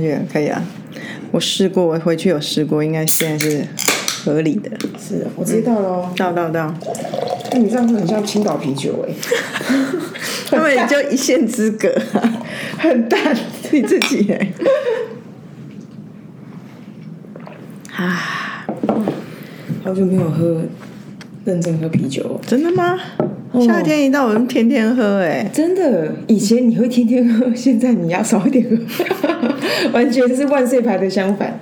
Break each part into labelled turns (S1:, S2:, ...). S1: 觉可以啊。我试过，我回去有试过，应该现在是合理的。
S2: 是我知道喽。
S1: 到到到，
S2: 那你这样子很像青岛啤酒哎、
S1: 他们也就一线之隔、 啊，
S2: 很淡。
S1: 你自己耶。啊，
S2: 好久没有喝认真喝啤酒了，
S1: 真的吗？夏天一到，我们天天喝哎、
S2: 真的。以前你会天天喝，现在你要少一点 喝，完全是万岁牌的相反。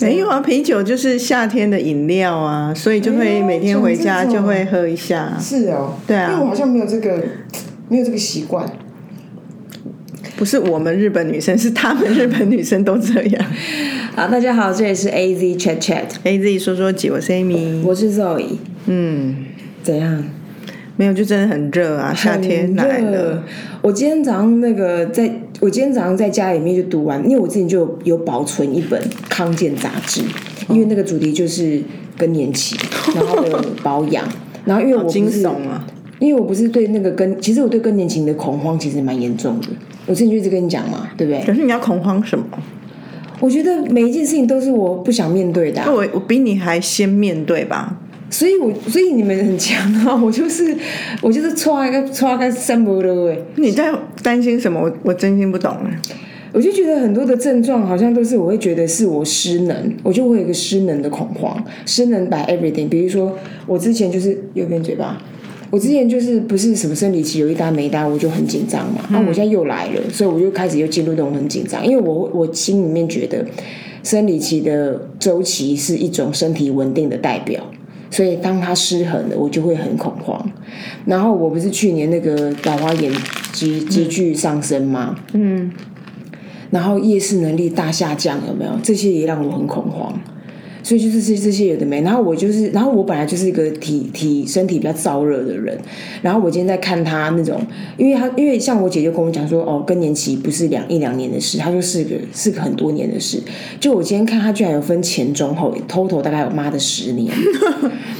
S1: 没有啊，啤酒就是夏天的饮料啊，所以就会每天回家就会喝一下。
S2: 是哦，
S1: 对啊
S2: 因为我好像没有这个没有这个习惯。
S1: 不是我们日本女生，是他们日本女生都这 样。
S2: 好，大家好，这里是 A Z Chat Chat，
S1: A Z 哎说说几，我是 Amy。
S2: 我是 Zoe。
S1: 嗯，
S2: 怎样？
S1: 没有，就真的很热啊，夏天来
S2: 很
S1: 了。
S2: 热。我今天早上那个在，我今天早上在家里面就读完，因为我之前就有有保存一本康健杂志，
S1: 哦
S2: 因为那个主题就是更年期，然后还有 保养，然后因为我
S1: 好
S2: 不
S1: 惊
S2: 是
S1: 悚啊！
S2: 因为我不是对那个更，其实我对更年期的恐慌其实蛮严重的。我之前就一直跟你讲嘛，对不对？
S1: 可是你要恐慌什么？
S2: 我觉得每一件事情都是我不想面对的啊、
S1: 那我我比你还先面对吧。
S2: 所以我所以你们很强啊！我就是我就是 抓一个抓个三不六哎，
S1: 你在担心什么？我我真心不懂啊。
S2: 我就觉得很多的症状好像都是我会觉得是我失能，我就会有一个失能的恐慌，失能 by everything。比如说我之前就是右边嘴巴，我之前就是不是什么生理期有一搭没一搭，我就很紧张嘛。啊，我现在又来了，所以我就开始又进入那种很紧张，因为我我心里面觉得生理期的周期是一种身体稳定的代表。所以当它失衡了，我就会很恐慌。然后我不是去年那个老花眼急急剧上升吗？然后夜视能力大下降，有没有？这些也让我很恐慌。所以就是这这些有的没，然后我就是，然后我本来就是一个体体身体比较燥热的人，然后我今天在看他那种，因为他因为像我姐就跟我讲说，哦，更年期不是两一两年的事，她说是个是个很多年的事。就我今天看他居然有分前中后，total 大概有妈的十年。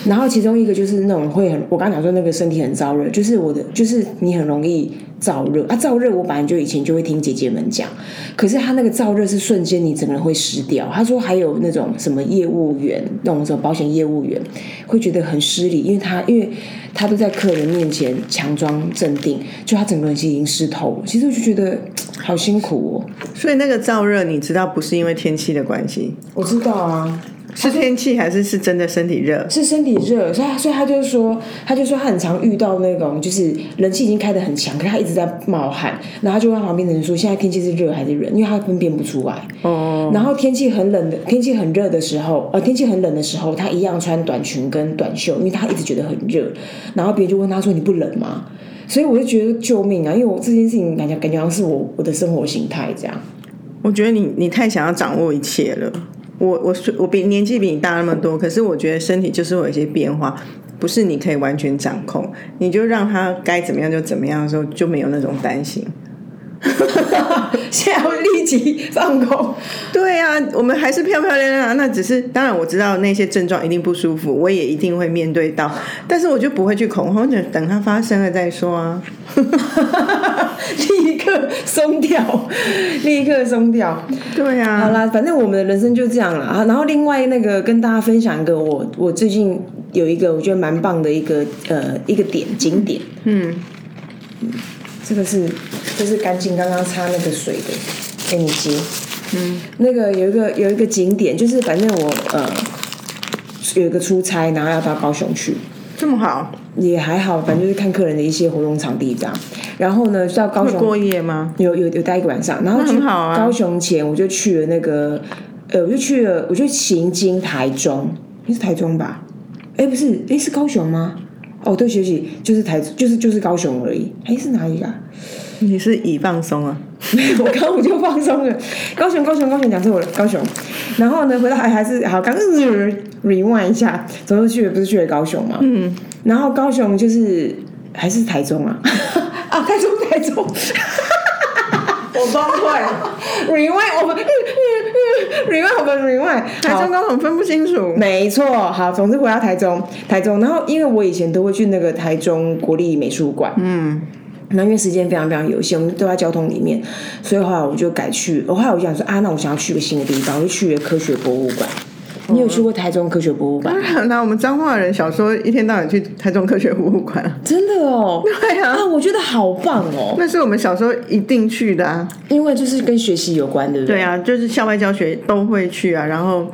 S2: 然后其中一个就是那种会很，我刚刚讲说那个身体很燥热，就是我的，就是你很容易燥热啊。燥热我本来就以前就会听姐姐们讲，可是他那个燥热是瞬间你整个人会湿掉。他说还有那种什么业务员，那种什么保险业务员会觉得很失礼，因为他因为他都在客人面前强装镇定，就他整个人其实已经湿透了。其实我就觉得好辛苦哦。
S1: 所以那个燥热，你知道不是因为天气的关系，
S2: 我知道啊，
S1: 是天气还是是真的身体热？
S2: 是身体热，所以他所以他就说，他就说他很常遇到那种就是人气已经开得很强，可是他一直在冒汗，然后他就问旁边的人说现在天气是热还是冷，因为他分辨不出来。
S1: 哦，
S2: 然后天气很冷的，天气很热的时候，呃，天气很冷的时候，他一样穿短裙跟短袖，因为他一直觉得很热。然后别人就问他说：“你不冷吗？”所以我就觉得救命啊！因为我这件事情感觉感觉好像是我我的生活形态这样。
S1: 我觉得你你太想要掌握一切了。我我虽我比年纪比你大那么多，可是我觉得身体就是会有一些变化，不是你可以完全掌控，你就让它该怎么样就怎么样的时候，就没有那种担心。
S2: 现在我立即放空。
S1: 对啊，我们还是漂漂亮亮啊。那只是当然，我知道那些症状一定不舒服，我也一定会面对到，但是我就不会去恐慌，就等它发生了再说啊。
S2: 立刻松掉，立刻松掉。
S1: 对啊，
S2: 好啦，反正我们的人生就这样了啊。然后另外那个跟大家分享一个我我最近有一个我觉得蛮棒的一个呃一个点景点，
S1: 嗯，
S2: 这个是这是干净刚刚擦那个水的，给你接。嗯，那个有一个有一个景点，就是反正我呃有一个出差，然后要到高雄去，
S1: 这么好，
S2: 也还好，反正就是看客人的一些活动场地这样。然后呢，到高
S1: 会
S2: 雄
S1: 过夜吗？
S2: 有有有待一个晚上，然后
S1: 那
S2: 去
S1: 很好啊
S2: 高雄前我就去了那个，呃，我就去了，我就行经台中，你是台中吧？哎，不是，哎是高雄吗？哦，对，学习就是台，就是就是高雄而已。哎，是哪里啊？
S1: 你是已放松啊？
S2: 我刚我就放松了，高雄，高雄，高雄，讲错了，高雄。然后呢，回到哎还是好，刚刚 rewind 一下，总之去了不是去了高雄嘛？嗯。然后高雄就是还是台中啊，啊，台中，台 中。
S1: 我崩溃，
S2: rewind 我们 rewind 我们 rewind
S1: 台中高雄分不清楚。
S2: 没错，好，总之回到台中，台中，然后因为我以前都会去那个台中国立美术馆，
S1: 嗯，
S2: 那因为时间非常非常有限，我们都在交通里面，所以后来我就改去，我后来我就想说啊，那我想要去个新的地方，我就去了科学博物馆。你有去过台中科学博物馆？
S1: 那我们彰化人小时候一天到晚去台中科学博物馆啊，
S2: 真的 哦，
S1: 对啊
S2: 啊，我觉得好棒哦，
S1: 那是我们小时候一定去的啊。
S2: 因为就是跟学习有关，对不对？
S1: 对啊，就是校外教学都会去啊，然后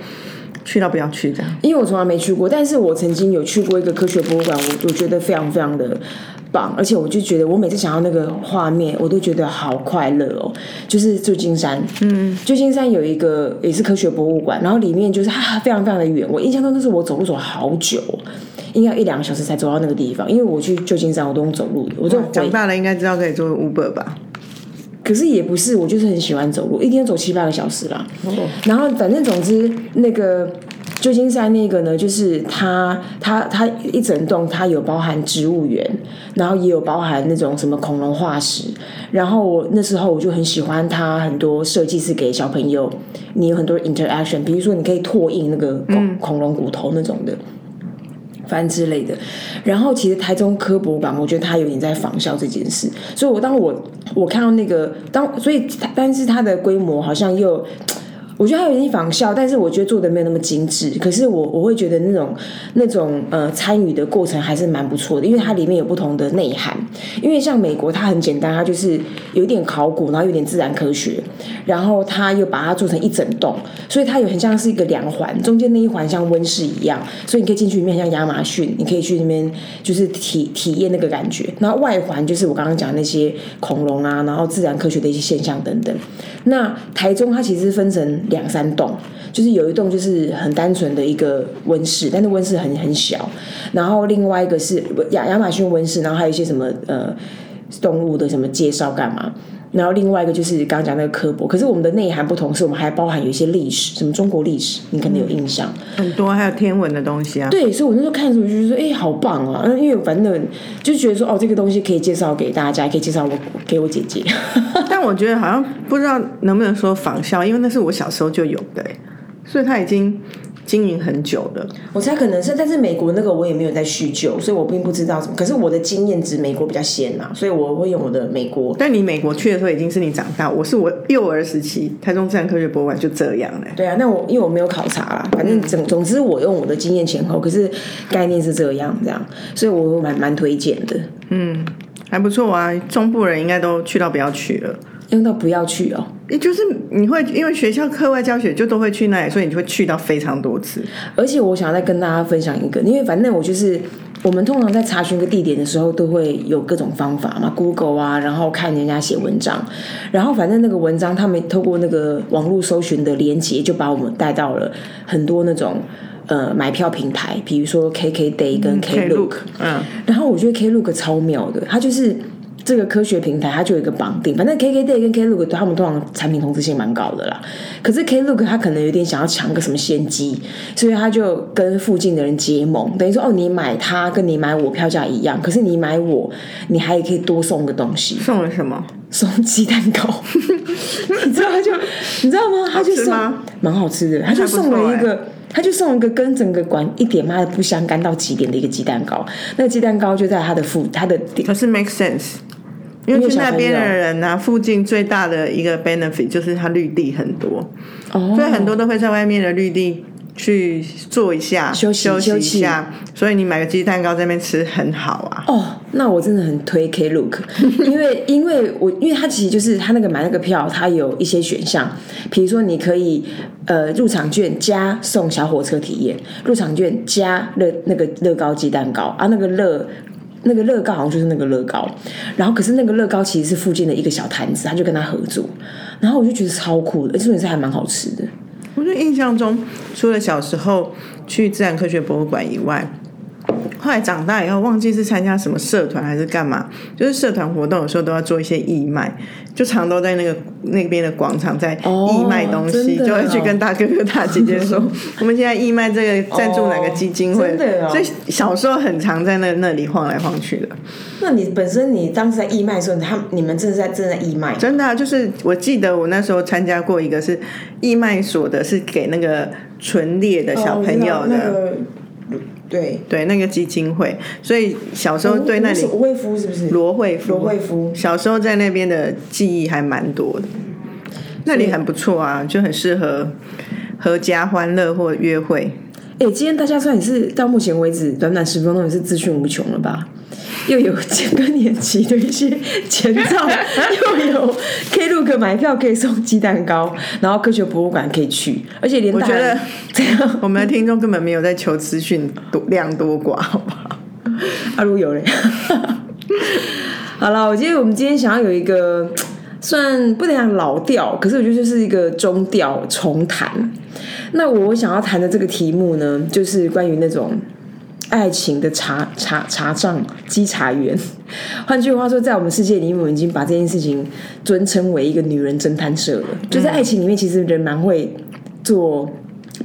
S1: 去到不要去这样。
S2: 因为我从来没去过，但是我曾经有去过一个科学博物馆，我我觉得非常非常的棒，而且我就觉得我每次想到那个画面，我都觉得好快乐哦。就是旧金山，嗯，旧金山有一个也是科学博物馆，然后里面就是它非常非常的远，我印象中那是我走路走好久哦，应该有一两个小时才走到那个地方，因为我去旧金山我都用走路的，我就
S1: 长
S2: 回
S1: 大了应该知道可以做 Uber 吧？
S2: 可是也不是，我就是很喜欢走路，一天要走七八个小时啦。然后反正总之那个。旧金山那个呢，就是它它它一整栋，它有包含植物园，然后也有包含那种什么恐龙化石。然后我那时候我就很喜欢它，很多设计是给小朋友，你有很多 interaction，比如说你可以拓印那个恐、恐龙骨头那种的。翻之类的。然后其实台中科博馆，我觉得他有点在仿效这件事，所以我当我我看到那个当，所以但是它的规模好像又。我觉得它有点仿效，但是我觉得做的没有那么精致。可是我我会觉得那种那种呃参与的过程还是蛮不错的，因为它里面有不同的内涵。因为像美国，它很简单，它就是有一点考古，然后有点自然科学，然后它又把它做成一整栋，所以它有很像是一个两环，中间那一环像温室一样，所以你可以进去里面很像亚马逊，你可以去那边就是体体验那个感觉。然后外环就是我刚刚讲那些恐龙啊，然后自然科学的一些现象等等。那台中它其实分成两三栋，就是有一栋就是很单纯的一个温室，但是温室很很小，然后另外一个是亚亚马逊温室，然后还有一些什么呃动物的什么介绍干嘛。然后另外一个就是刚刚讲那个科博，可是我们的内涵不同，是我们还包含有一些历史，什么中国历史，你可能有印象。
S1: 很多还有天文的东西啊。
S2: 对，所以我那时候看的时候我就觉得说，哎、好棒啊！嗯，因为反正就觉得说，哦，这个东西可以介绍给大家，可以介绍我给我姐姐。
S1: 但我觉得好像不知道能不能说仿效，因为那是我小时候就有的、欸，所以它已经经营很久了。
S2: 我猜可能是，但是美国那个我也没有在叙旧，所以我并不知道什么。可是我的经验值美国比较先嘛，所以我会用我的美国。
S1: 但你美国去的时候已经是你长大，我是我幼儿时期，台中自然科学博物馆就这样欸嘞、
S2: 对啊，那我因为我没有考察啦，反正总总之我用我的经验前后，可是概念是这样这样，所以我蛮蛮推荐的。
S1: 还不错啊。中部人应该都去到不要去了，
S2: 用到不要去哦，
S1: 也就是你会因为学校课外教学就都会去那里，所以你就会去到非常多次。
S2: 而且我想再跟大家分享一个，因为反正我就是我们通常在查询一个地点的时候，都会有各种方法嘛，Google 啊，然后看人家写文章，然后反正那个文章他们透过那个网络搜寻的连接，就把我们带到了很多那种呃买票平台，比如说 KKday 跟 Klook，、
S1: 嗯，
S2: 然后我觉得 Klook 超妙的，它就是这个科学平台，它就有一个绑定。反正 KKday 跟 Klook 他们通常产品同质性蛮高的啦。可是 Klook 它可能有点想要抢个什么先机，所以他就跟附近的人结盟，等于说哦，你买它跟你买我票价一样，可是你买我，你还可以多送个东西，
S1: 送了什么？
S2: 送鸡蛋糕。 你知道他就你知道吗？他就
S1: 好吃
S2: 送
S1: 吗
S2: 蛮好吃的，他就
S1: 还不错
S2: 送了一
S1: 欸
S2: 个。他就送一个跟整个馆一点妈的不相干到极点的一个鸡蛋糕，那个鸡蛋糕就在他的附他的地
S1: 可是 make sense，因为去那边的人呢、附近最大的一个 benefit 就是它绿地很多，
S2: 哦
S1: 所以很多都会在外面的绿地去坐一下，
S2: 休息
S1: 息
S2: 休
S1: 一
S2: 息
S1: 下。所以你买个鸡蛋糕在那边吃很好啊。
S2: 哦，那我真的很推 K Look，因为因为我因为它其实就是它那个买那个票，它有一些选项，比如说你可以呃入场券加送小火车体验，入场券加乐那个乐高鸡蛋糕啊，那个乐。那个乐高好像就是那个乐高，然后可是那个乐高其实是附近的一个小摊子，他就跟他合作，然后我就觉得超酷的，而且重点是还蛮好吃的。
S1: 我就印象中，除了小时候去自然科学博物馆以外，后来长大以后忘记是参加什么社团还是干嘛，就是社团活动有时候都要做一些义卖，就常都在那个那边的广场在
S2: 哦
S1: 义卖东西，
S2: 真的哦
S1: 就会去跟大哥哥大姐姐 说，我们现在义卖这个赞助哪个基金会，
S2: 真的哦
S1: 所以小时候很常在那那里晃来晃去的。
S2: 那你本身你当时在义卖的时候，他你们真的在正在义卖，
S1: 真的、啊，就是我记得我那时候参加过一个是义卖所的，是给那个纯烈的小朋友的。
S2: 哦我知道那个对，
S1: 对，那个基金会，所以小时候对那里
S2: 哦是吴卫夫是不是？
S1: 罗惠夫，
S2: 罗惠夫
S1: 小时候在那边的记忆还蛮多的，那里很不错啊，就很适合合家欢乐或约会。
S2: 哎、今天大家算也是到目前为止短短十分钟也是资讯无穷了吧？又有这个年期的一些前兆，又有 Klook 买票可以送鸡 蛋糕，然后科学博物馆可以去，而且连
S1: 我
S2: 大
S1: 觉
S2: 人
S1: 得
S2: 这样
S1: 我们的听众根本没有在求资讯多量多寡，好不好？
S2: 阿啊如有嘞。好了，我觉得我们今天想要有一个算不能讲老调，可是我觉得就是一个中调重谈。那我想要谈的这个题目呢，就是关于那种爱情的查查查账稽查员。 换句话说，在我们世界里面，我们已经把这件事情尊称为一个女人侦探社了。就在爱情里面，其实人蛮会做。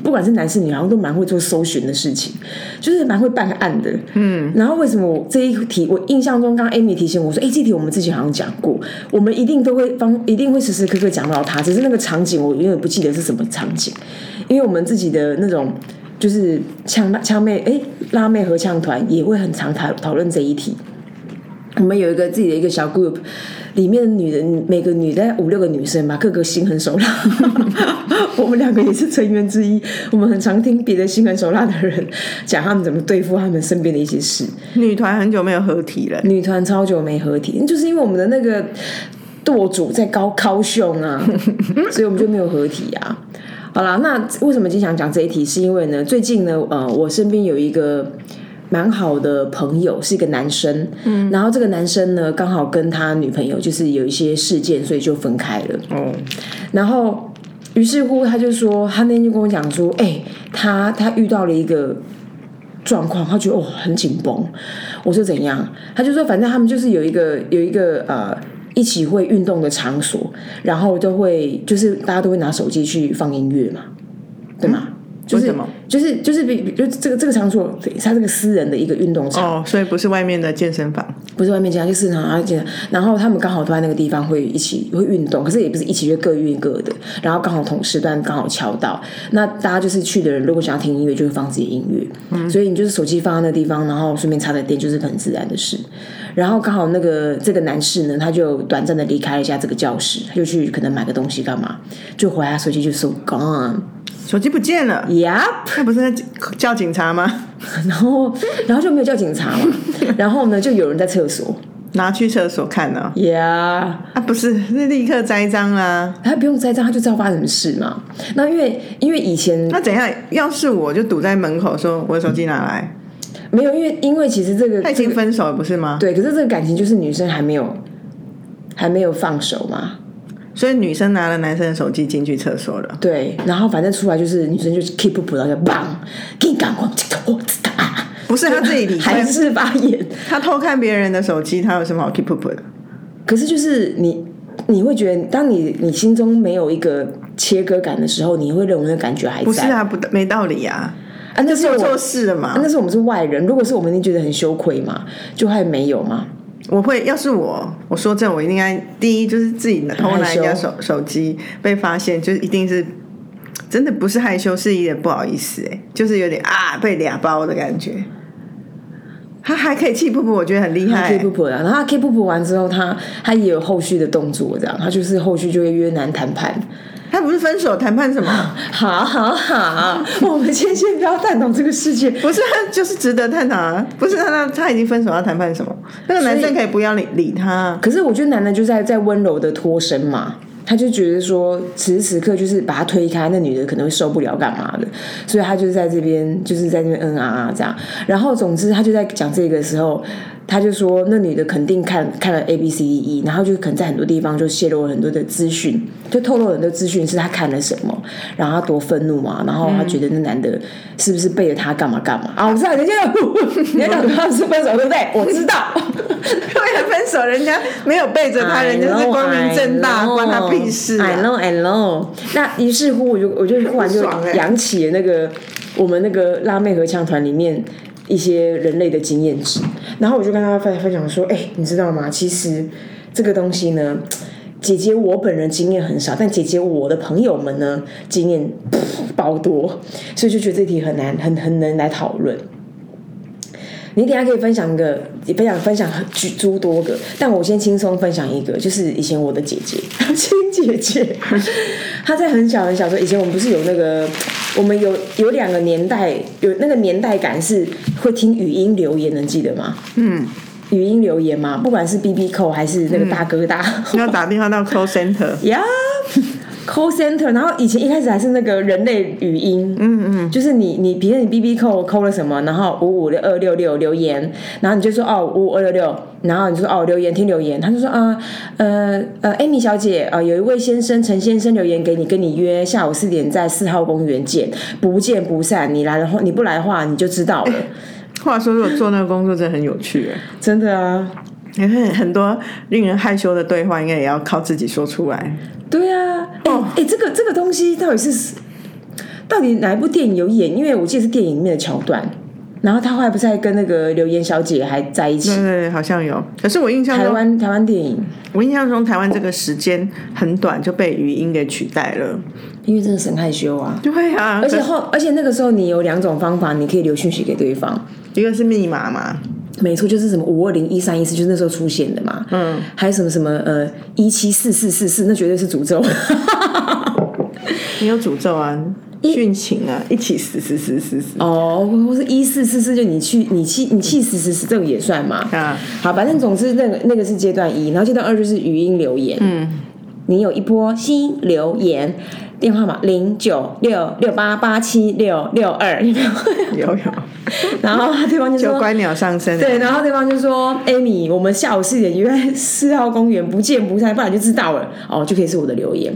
S2: 不管是男是女，好像都蛮会做搜寻的事情，就是蛮会办案的。嗯，然后为什么我这一题，我印象中刚刚 Amy 提醒我说，哎、这题我们之前好像讲过，我们一定都会帮，一定会时时刻刻讲到它，只是那个场景我永远不记得是什么场景，因为我们自己的那种就是枪枪妹，哎、辣妹合唱团也会很常讨讨论这一题。我们有一个自己的一个小 group，里面的女人每个女的五六个女生吧，各个心狠手辣。 我们两个也是成员之一，我们很常听别的心狠手辣的人讲他们怎么对付他们身边的一些事。
S1: 女团很久没有合体了，
S2: 女团超久没合体，就是因为我们的那个舵主在高高雄啊，所以我们就没有合体啊。好啦，那为什么今天想讲这一题？是因为呢，最近呢，呃，我身边有一个蛮好的朋友，是一个男生，嗯，然后这个男生呢，刚好跟他女朋友就是有一些事件，所以就分开了。
S1: 哦，
S2: 然后于是乎他就说，哎他那天就跟我讲说，哎、他他遇到了一个状况，他觉得哦很紧绷。我说怎样？他就说反正他们就是有一个有一个呃。一起会运动的场所，然后都会就是大家都会拿手机去放音乐嘛，对吗？就
S1: 嗯为
S2: 是
S1: 什么？
S2: 就是就是比比就这个这个场所，它这个私人的一个运动场，
S1: 哦，所以不是外面的健身房，
S2: 不是外面讲，就是然后讲，然后他们刚好都在那个地方会一起会运动，可是也不是一起，就各运各的。然后刚好同时段刚好敲到，那大家就是去的人，如果想要听音乐，就会放自己音乐。所以你就是手机放在那个地方，然后顺便插着电，就是很自然的事。然后刚好那个这个男士呢，他就短暂的离开了一下这个教室，他就去可能买个东西干嘛，就回来手机就嗯 so gone，yep。
S1: 手机不见了，那不是在叫警察吗？
S2: 然后然后就没有叫警察嘛，然后呢就有人在厕所
S1: 拿去厕所看呢、
S2: ，yeah。
S1: 啊，不是，是立刻栽赃啦。
S2: 他不用栽赃，他就知道发生什么事嘛。那因为因为以前
S1: 那怎样？要是我就堵在门口说我的手机拿来，
S2: 嗯没有，因为因为其实这个
S1: 他已经分手了不是吗？
S2: 对，可是这个感情就是女生还没有还没有放手嘛。
S1: 所以女生拿了男生的手机进去厕所了。
S2: 对，然后反正出来就是女生就是 keep 不住，然后就 bang，给你赶快这个我知道啊，
S1: 不是他自己理
S2: 还
S1: 亏，
S2: 是发炎。
S1: 他偷看别人的手机，他有什么好 keep up 的？
S2: 可是就是你你会觉得，当你你心中没有一个切割感的时候，你会认为那感觉还在。
S1: 不是啊，不没道理啊，
S2: 啊，那
S1: 就是做
S2: 我
S1: 错事了
S2: 啊
S1: 嘛。
S2: 那是我们是外人，如果是我们，一定觉得很羞愧嘛，就还没有嘛。
S1: 我会，要是我，我说真的，我应该第一就是自己偷拿人家
S2: 害羞
S1: 手手机被发现，就是一定是真的不是害羞，是有点不好意思、欸，就是有点啊被俩包的感觉。他还可以气不不，我觉得很厉害、
S2: Keep up 啊，然后他 Keep up 完之后，他他也有后续的动作，这样他就是后续就会约男谈判。
S1: 他不是分手谈判什 么，
S2: 好好好，我们先先不要探讨这个世界。
S1: 不是他就是值得探讨啊，不是他他他已经分手要谈判什么？那个男
S2: 所以
S1: 生可以不要理理他啊、
S2: 可是我觉得男的就在在温柔的脱身嘛，他就觉得说此时此刻就是把他推开，那女的可能会受不了干嘛的，所以他就在这边就是在那边嗯啊啊这样。然后总之他就在讲这个时候，他就说那女的肯定看看了 A B C D E，然后就可能在很多地方就泄露了很多的资讯，就透露了很多资讯是他看了什么，然后他多愤怒啊，然后他觉得那男的是不是背着他干嘛干嘛啊？我知道人家有 你要讲他们是分手对不对？我知道。
S1: 为了分手，人家没有背着他，人家是光明正大，关他屁事、
S2: I
S1: 啊。
S2: know, I know。那于是乎，我就我就忽然就
S1: 很爽欸
S2: 扬起了那个我们那个辣妹合唱团里面一些人类的经验值，然后我就跟大家分分享说，哎、你知道吗？其实这个东西呢。姐姐，我本人经验很少，但姐姐我的朋友们呢， 经验爆多，所以就觉得这题很难，很很难来讨论。你等一下可以分享一个，分享分享诸诸多个，但我先轻松分享一个，就是以前我的姐 姐，亲姐姐，她在很小很小的时候，以前我们不是有那个，我们有有两个年代，有那个年代感是会听语音留言，能记得吗？
S1: 嗯，
S2: 语音留言嘛，不管是 B B 扣还是那个大哥大，
S1: 要打电话到 call center，
S2: 呀、call center，然后以前一开始还是那个人类语音，嗯嗯，就是你你比如你 B B 扣扣了什么，然后五五六二六六留言，然后你就说哦五五二六六，然后你就说哦留言听留言，他就说啊呃呃 Amy 小姐啊、呃有一位先生陈先生留言给你，跟你约下午四点在四号公园见，不见不散，你来的话你不来的话你就知 道了，
S1: 话说，如果做那个工作真的很有趣，
S2: 真的啊，
S1: 因为很多令人害羞的对话，应该也要靠自己说出来。
S2: 对啊，哎、哎、这个这个东西到底是到底哪一部电影有演？因为我记得是电影里面的桥段。然后他后来不是还跟那个刘岩小姐还在一起？
S1: 对对对，好像有。可是我印象
S2: 台
S1: 中，
S2: 湾台湾电影，
S1: 我印象中台湾这个时间很短就被语音给取代了。
S2: 因为真的是很害羞啊。
S1: 对啊，
S2: 而且后，而且那个时候你有两种方法，你可以留讯息给对方。
S1: 一个是密码嘛，
S2: 没错，就是什么五二零一三一四，就是那时候出现的嘛。嗯，还有什么什么呃一七四四四四，那绝对是诅咒。
S1: 你有诅咒啊，殉情啊，一起死死死死死
S2: 哦，或是一四四四，就你去你气你气死死死，这个也算嘛？
S1: 啊！
S2: 好，反正总之那个那个是阶段一，然后阶段二就是语音留言。嗯，你有一波新留言，电话号码零九六六八八七六六二，有没 有？
S1: 有有，
S2: 然后对方就
S1: 就
S2: 说。
S1: 乖鸟上身啊了。
S2: 对，然后对方就说：“Amy，我们下午四点约在四号公园，不见不散，不然就知道了。”哦，就可以是我的留言。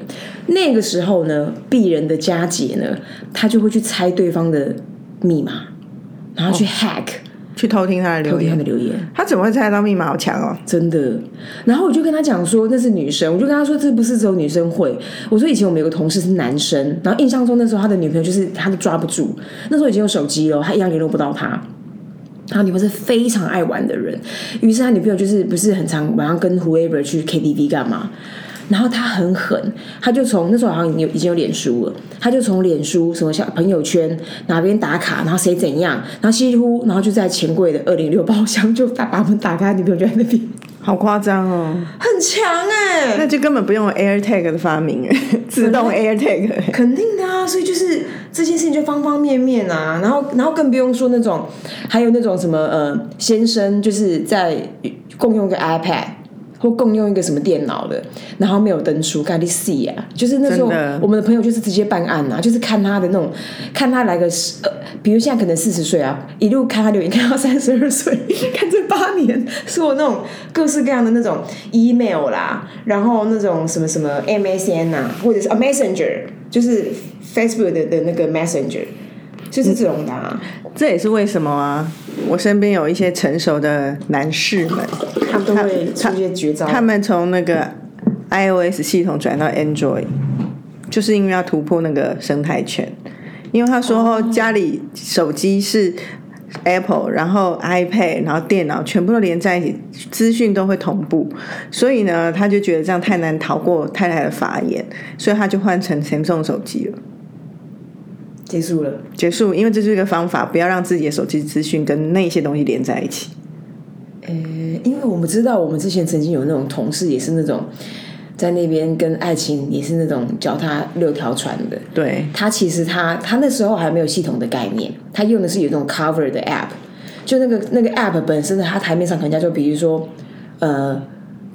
S2: 那个时候呢，鄙人的佳姐呢，她就会去猜对方的密码，然后去 hack
S1: 去偷听他的
S2: 对
S1: 留
S2: 方
S1: 言，
S2: 的留言。
S1: 他怎么会猜到密码？好强哦！
S2: 真的。然后我就跟他讲说那是女生，我就跟他说这不是只有女生会。我说以前我们有个同事是男生，然后印象中那时候他的女朋友就是他都抓不住，那时候已经有手机了，他一样联络不到他。他女朋友是非常爱玩的人，于是他女朋友就是不是很常晚上跟 whoever 去 KTV 干嘛？然后他很狠，他就从那时候好像有已经有脸书了，他就从脸书什么小朋友圈哪边打卡，然后谁怎样，然后稀里糊，然后就在钱柜的二零六包厢就打把门打开，女朋友就在那边，
S1: 好夸张哦！
S2: 很强哎、
S1: 那就根本不用 AirTag 的发明， 自动 AirTag。
S2: 肯定的啊，所以就是这件事情就方方面面啊，然后然后更不用说那种，还有那种什么呃，先生就是在共用一个 iPad 或共用一个什么电脑的，然后没有登出，干你死啊！就是那时候
S1: 真的
S2: 我们的朋友就是直接办案啊，就是看他的那种，看他来个十呃，比如现在可能四十岁啊，一路看他留言看到三十二岁， 看这八年，是我那种各式各样的那种 email 啦，然后那种什么什么 MSN 啊，或者是啊 Messenger，就是 Facebook 的的那个 Messenger，就是这种的、啊。
S1: 这也是为什么啊，我身边有一些成熟的男士们，
S2: 他们都会出一些绝招，
S1: 他们从那个 iOS 系统转到 Android，就是因为要突破那个生态圈。因为他说哦家里手机是 Apple，然后 iPad，然后电脑全部都连在一起，资讯都会同步，所以呢，他就觉得这样太难逃过太太的法眼，所以他就换成 Samsung 手机了。
S2: 结束了。
S1: 结束，因为这是一个方法，不要让自己的手机资讯跟那些东西连在一起。
S2: 因为我们知道，我们之前曾经有那种同事，也是那种在那边跟爱情也是那种脚踏六条船的。
S1: 对，
S2: 他其实他他那时候还没有系统的概念，他用的是有那种 cover 的 app，就那个那个 app 本身的，它台面上可能叫做比如说呃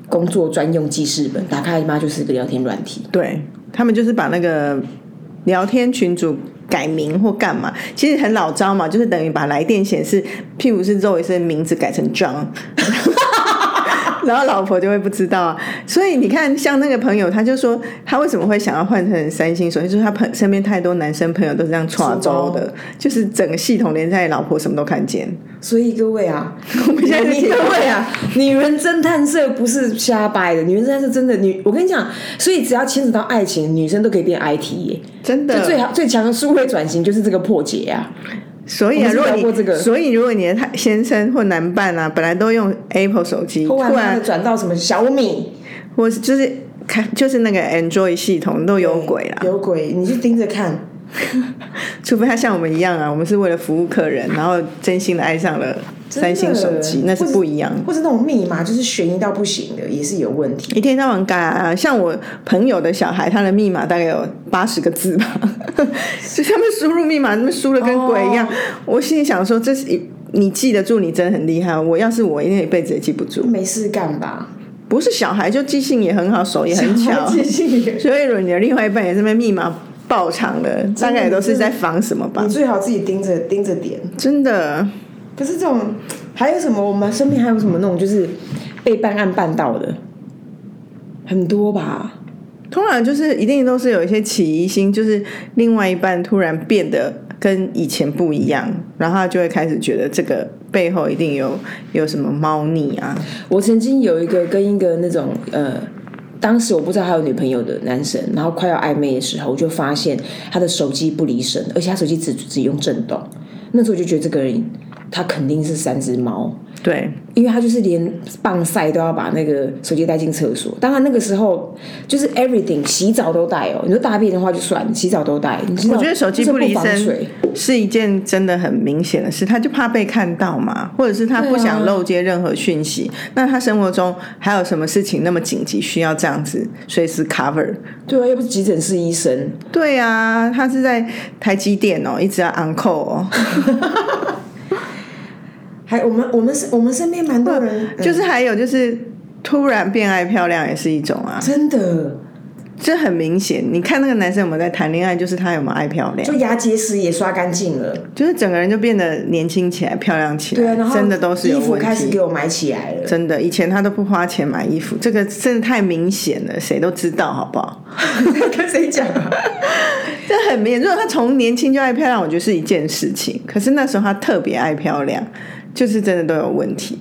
S2: 工作专用记事本，打开妈就是个聊天软体。
S1: 对他们就是把那个聊天群组改名或干嘛，其实很老招嘛，就是等于把来电显示，譬如是 Zoe 的名字改成 John。然后老婆就会不知道啊，所以你看，像那个朋友，他就说他为什么会想要换成三星手机，就是他朋身边太多男生朋友都是这样跨州的，就是整个系统连在老婆什么都看见。
S2: 所以各位啊，
S1: 我们现在是
S2: 你各位啊，女人侦探社不是瞎掰的，女人侦探社真的女，我跟你讲，所以只要牵扯到爱情，女生都可以变 IT 耶、
S1: 真的
S2: 就最好最强的数位转型就是这个破解啊！
S1: 所以啊，
S2: 我
S1: 如果
S2: 们是聊
S1: 你
S2: 过这个
S1: 所以如果你的太先生或男伴啊，本来都用 Apple 手机，
S2: 突
S1: 突
S2: 然妈的
S1: 然
S2: 转到什么小米，
S1: 或是就是看就是那个 Android 系统都有鬼啦，
S2: 有鬼，你就盯着看。
S1: 除非他像我们一样啊，我们是为了服务客人，然后真心的爱上了
S2: 真的
S1: 三星手机那是不一样的。
S2: 或者那种密码就是悬疑到不行的，也是有问题。
S1: 一天到晚改啊，像我朋友的小孩，他的密码大概有八十个字吧， 就他们输入密码，他们输的跟鬼一
S2: 哦
S1: 样。我心里想说，这是一你记得住，你真的很厉害。我要是我，一定一辈子也记不住。
S2: 没事干吧，
S1: 不是小孩就记性也很好，手也很
S2: 小
S1: 巧
S2: 孩，记性 也
S1: 所以如果你的另外一半也是被密码爆长的，大概也都是在防什么吧
S2: 你？最好自己盯着盯着点。
S1: 真的，
S2: 可是这种还有什么？我们身边还有什么那种就是被办案办到的，很多吧？
S1: 通常就是一定都是有一些起疑心，就是另外一半突然变得跟以前不一样，然后他就会开始觉得这个背后一定有有什么猫腻啊。
S2: 我曾经有一个跟一个那种呃，当时我不知道他有女朋友的男生，然后快要暧昧的时候，我就发现他的手机不离身，而且他手机只只用震动。那时候我就觉得这个人他肯定是三只猫，
S1: 对，
S2: 因为他就是连棒晒都要把那个手机带进厕所。当然那个时候就是 everything，洗澡都带哦。你说大便的话就算，洗澡都带。你洗澡
S1: 我觉得手机
S2: 就是
S1: 不
S2: 不
S1: 离
S2: 防
S1: 身
S2: 水
S1: 是一件真的很明显的事，他就怕被看到嘛，或者是他不想漏接任何讯息。那他生活中还有什么事情那么紧急需要这样子随时 cover？
S2: 对啊，又不是急诊室医生。
S1: 对啊，他是在台积电哦，一直要 uncle 哦。
S2: 还我们我们是我们身边蛮多人，呃
S1: 就是还有就是突然变爱漂亮也是一种啊，
S2: 真的
S1: 这很明显。你看那个男生有没有在谈恋爱，就是他有没有爱漂亮
S2: 就，牙结石也刷干净了。
S1: 就是整个人就变得年轻起来、漂亮起
S2: 对啊，
S1: 来
S2: 然，后
S1: 真的都是有
S2: 衣服
S1: 问
S2: 开始
S1: 题。
S2: 给我买起来了。
S1: 真的，以前他都不花钱买衣服，这个真的太明显了，谁都知道，好不好？
S2: 跟谁讲啊？
S1: 这很明显。如果他从年轻就爱漂亮，我觉得是一件事情。可是那时候他特别爱漂亮，就是真的都有问题。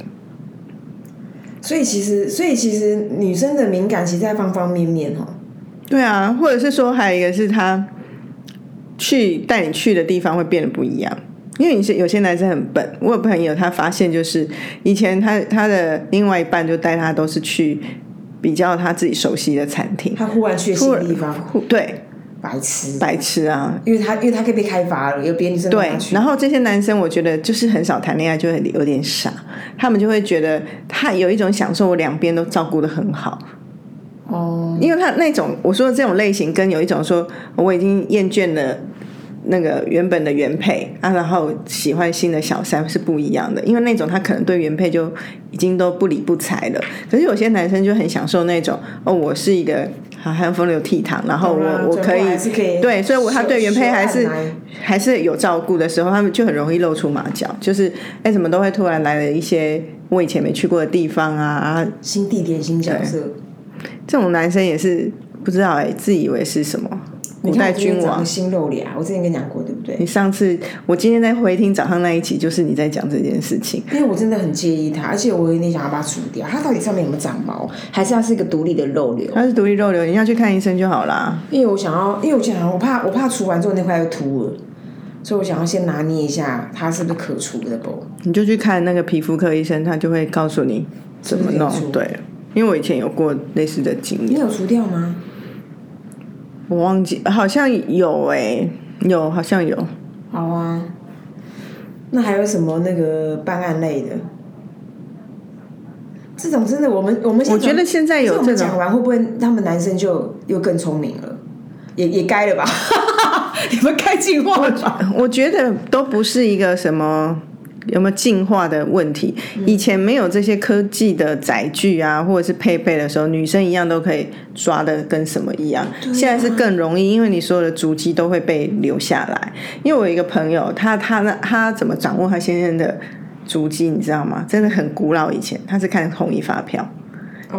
S2: 所以其实，所以其实女生的敏感其实在方方面面哦。
S1: 对啊，或者是说还有一个是他去带你去的地方会变得不一样，因为有些有些男生很笨，我有朋友他发现就是以前他他的另外一半就带他都是去比较他自己熟悉的餐厅，
S2: 她忽然去新地方，
S1: 对，
S2: 白痴，
S1: 白痴啊，
S2: 因为她因为她可以被开发了，有别的女生
S1: 对
S2: 拿，去
S1: 然后这些男生我觉得就是很少谈恋爱，就会有点傻，他们就会觉得他有一种享受，我两边都照顾的很好，
S2: 哦，
S1: 因为他那种我说的这种类型，跟有一种说我已经厌倦了那个原本的原配啊，然后喜欢新的小三是不一样的。因为那种他可能对原配就已经都不理不睬了，可是有些男生就很享受那种哦，我是一个好汉风流倜傥，然后
S2: 懂
S1: 我
S2: 了
S1: 我
S2: 转
S1: 可
S2: 过来
S1: 以
S2: 是可以
S1: 对，所以我他
S2: 秀
S1: 对原配还是
S2: 秀恩爱
S1: 还是有照顾的时候，他们就很容易露出马脚，就是哎怎么都会突然来了一些我以前没去过的地方啊，
S2: 新地点新角色。
S1: 这种男生也是不知道哎、自以为是什么
S2: 你
S1: 古
S2: 看
S1: 代
S2: 我最近
S1: 君
S2: 长
S1: 王
S2: 个。新露脸啊，我之前跟你讲过，对不对？
S1: 你上次，我今天在回听早上那一集，就是你在讲这件事情。
S2: 因为我真的很介意它，而且我有点想要把它除掉。它到底上面有没有长毛，还是它是一个独立的肉瘤？
S1: 他是独立肉瘤，你要去看医生就好啦。
S2: 因为我想要，因为我想我怕我怕除完之后那块又秃了，所以我想要先拿捏一下它是不是可除的不？
S1: 你就去看那个皮肤科医生，他就会告诉你怎么
S2: 是不是
S1: 弄。
S2: 得
S1: 对，因为我以前有过类似的经
S2: 你
S1: 验，
S2: 有除掉吗？
S1: 我忘记好像有哎、有好像有。
S2: 好啊。那还有什么那个办案类的？这种真的，我们我们现
S1: 我
S2: 在
S1: 觉得现在有
S2: 可是我
S1: 这
S2: 们讲
S1: 种，
S2: 完会不会他们男生就又更聪明了？也也该了吧？ 你们该进化了吧？
S1: 我觉得都不是一个什么有没有进化的问题。以前没有这些科技的载具啊，或者是配备的时候，女生一样都可以抓的跟什么一样。现在是更容易，因为你所有的足迹都会被留下来。因为我有一个朋友，他他他怎么掌握他先生的足迹，你知道吗？真的很古老，以前他是看统一发票。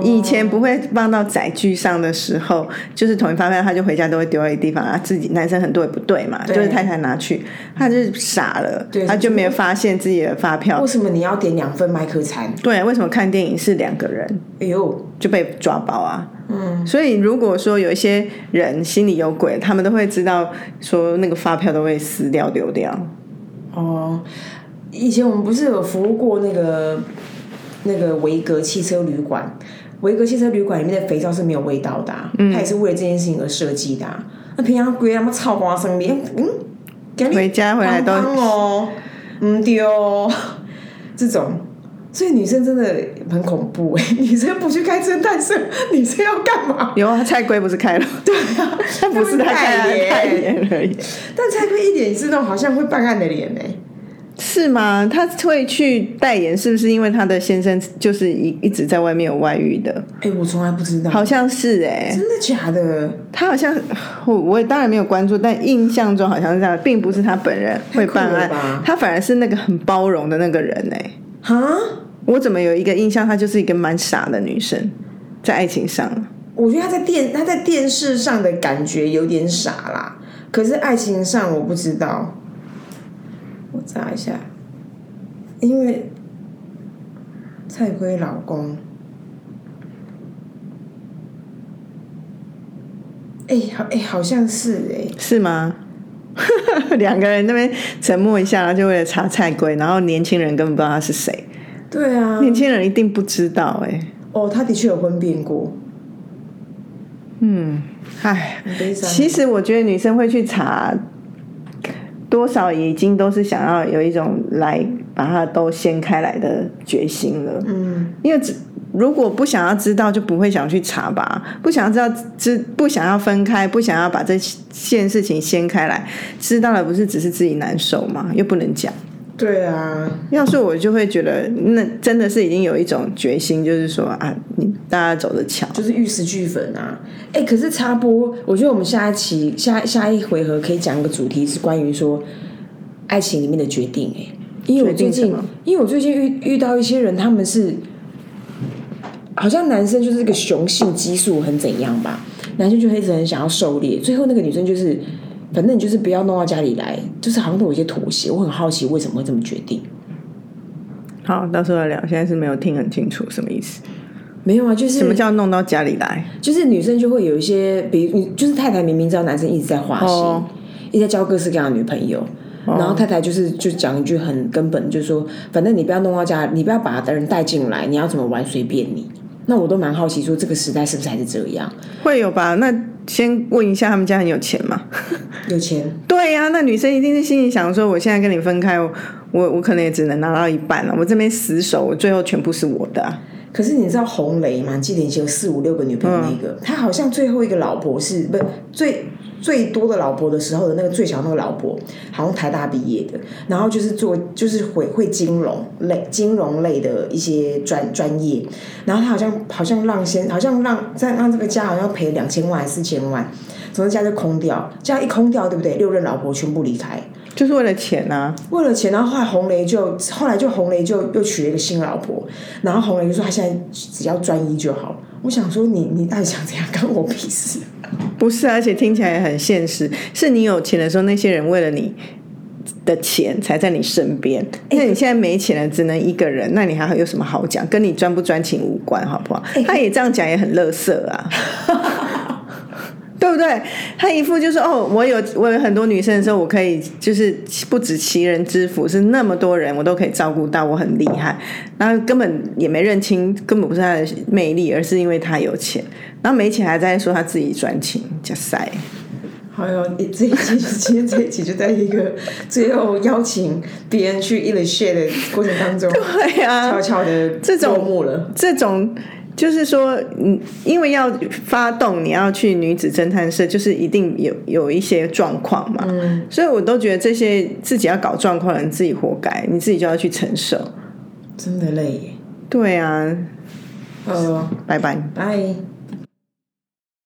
S1: 以前不会放到载具上的时候，就是统一发票，他就回家都会丢在一个地方啊。自己男生很多也不对嘛，就是太太拿去，他就是傻了
S2: 对，
S1: 他就没有发现自己的发票
S2: 哦为。什么你要点两份麦克餐？
S1: 对，为什么看电影是两个人
S2: 哎呦，
S1: 就被抓包啊？嗯，所以如果说有一些人心里有鬼，他们都会知道说那个发票都会撕掉丢掉。
S2: 哦，以前我们不是有服务过那个那个维格汽车旅馆？维格汽车旅馆里面的肥皂是没有味道的、啊，
S1: 嗯
S2: 它也是为了这件事情而设计的、啊。那平常鬼他妈炒花生嗯米，嗯，给你
S1: 回家回来都
S2: 嗯芳芳哦，唔对哦，这种。所以女生真的很恐怖 哎、女生不去开侦探社，女生要干嘛？
S1: 有啊，蔡圭不是开了？对啊，但 不是他开
S2: 他是
S1: 了，
S2: 代
S1: 代
S2: 言
S1: 言而已。
S2: 但蔡圭一脸是那种好像会办案的脸哎、
S1: 是吗？他会去代言，是不是因为他的先生就是一一直在外面有外遇的？
S2: 哎、我从来不知道，
S1: 好像是哎、
S2: 真的假的？
S1: 他好像我我也当然没有关注，但印象中好像是这样，并不是他本人会办
S2: 太酷了吧
S1: 案，他反而是那个很包容的那个人哎、
S2: 哈，
S1: 我怎么有一个印象，她就是一个蛮傻的女生，在爱情上，
S2: 我觉得他在电他在电视上的感觉有点傻啦，可是爱情上我不知道。我查一下，因为蔡圭老公，哎、好哎、好像是哎、
S1: 是吗？ 两个人那边沉默一下，然后就为了查菜龟，然后年轻人根本不知道他是谁，
S2: 对啊，
S1: 年轻人一定不知道哎、
S2: 哦，他的确有婚变过，
S1: 嗯，唉，
S2: 很悲伤。
S1: 其实我觉得女生会去查，多少已经都是想要有一种来把它都掀开来的决心了。
S2: 嗯，
S1: 因为只如果不想要知道，就不会想去查吧。不想要知道，知不想要分开，不想要把这件事情掀开来，知道了不是只是自己难受吗？又不能讲。
S2: 对啊，
S1: 要是我就会觉得，那真的是已经有一种决心，就是说啊，你大家走着瞧。
S2: 就是玉石俱焚啊！哎、可是插播，我觉得我们下一期下下一回合可以讲一个主题是关于说爱情里面的决定、哎，因为我最
S1: 决定
S2: 近
S1: 什么，
S2: 因为我最近遇遇到一些人，他们是好像男生就是这个雄性激素很怎样吧，男生就会一直很想要狩猎，最后那个女生就是，反正你就是不要弄到家里来，就是好像都有一些妥协。我很好奇为什么会这么决定。
S1: 好，到时候来聊。现在是没有听很清楚什么意思，
S2: 没有啊，就是
S1: 什么叫弄到家里来？
S2: 就是女生就会有一些，比如你就是太太明明知道男生一直在花心，
S1: 哦
S2: 一直在交各式各样的女朋友，然后太太就是就讲一句很根本，就是说反正你不要弄到家，你不要把人带进来，你要怎么玩随便你。那我都蛮好奇，说这个时代是不是还是这样？
S1: 会有吧？那先问一下，他们家很有钱吗？
S2: 有钱，
S1: 对呀、那女生一定是心里想说，我现在跟你分开，我我我可能也只能拿到一半了，我这边死守，我最后全部是我的啊、
S2: 可是你知道红雷吗？记得以前有四五六个女朋友那个，他好像最后一个老婆是不是最最多的老婆的时候的那个最小那个老婆，好像台大毕业的，然后就是做就是会会金融类金融类的一些专专业，然后他好像好像让先好像让在让这个家好像赔两千万还是四千万，总之家就空掉，家一空掉对不对？六任老婆全部离开，
S1: 就是为了钱啊。
S2: 为了钱，然后后来红雷就后来就红雷就又娶了一个新老婆，然后红雷就说他现在只要专一就好。我想说你你到底想怎样，干我屁 事？
S1: 不是啊，而且听起来也很现实。是你有钱的时候，那些人为了你的钱才在你身边。那你现在没钱了，只能一个人，那你还有什么好讲？跟你专不专情无关，好不好？他也这样讲也很乐色啊。对不对？他一副就是哦，我有我有很多女生的时候，我可以就是不止其人之福，是那么多人我都可以照顾到，我很厉害。然后根本也没认清，根本不是他的魅力，而是因为他有钱。然后没钱还在说他自己专情，假塞。
S2: 好哟，哎你这一期今天这一期就在一个最后邀请别人去 illustration 的过程当 中，
S1: 对
S2: 悄
S1: 啊，
S2: 悄的
S1: 这种
S2: 落幕了。
S1: 这种就是说，嗯，因为要发动你要去女子侦探社，就是一定有有一些状况嘛。嗯，所以我都觉得这些自己要搞状况的人自己活该，你自己就要去承受。
S2: 真的累耶。
S1: 对啊，
S2: 呃，
S1: 拜拜。
S2: 拜。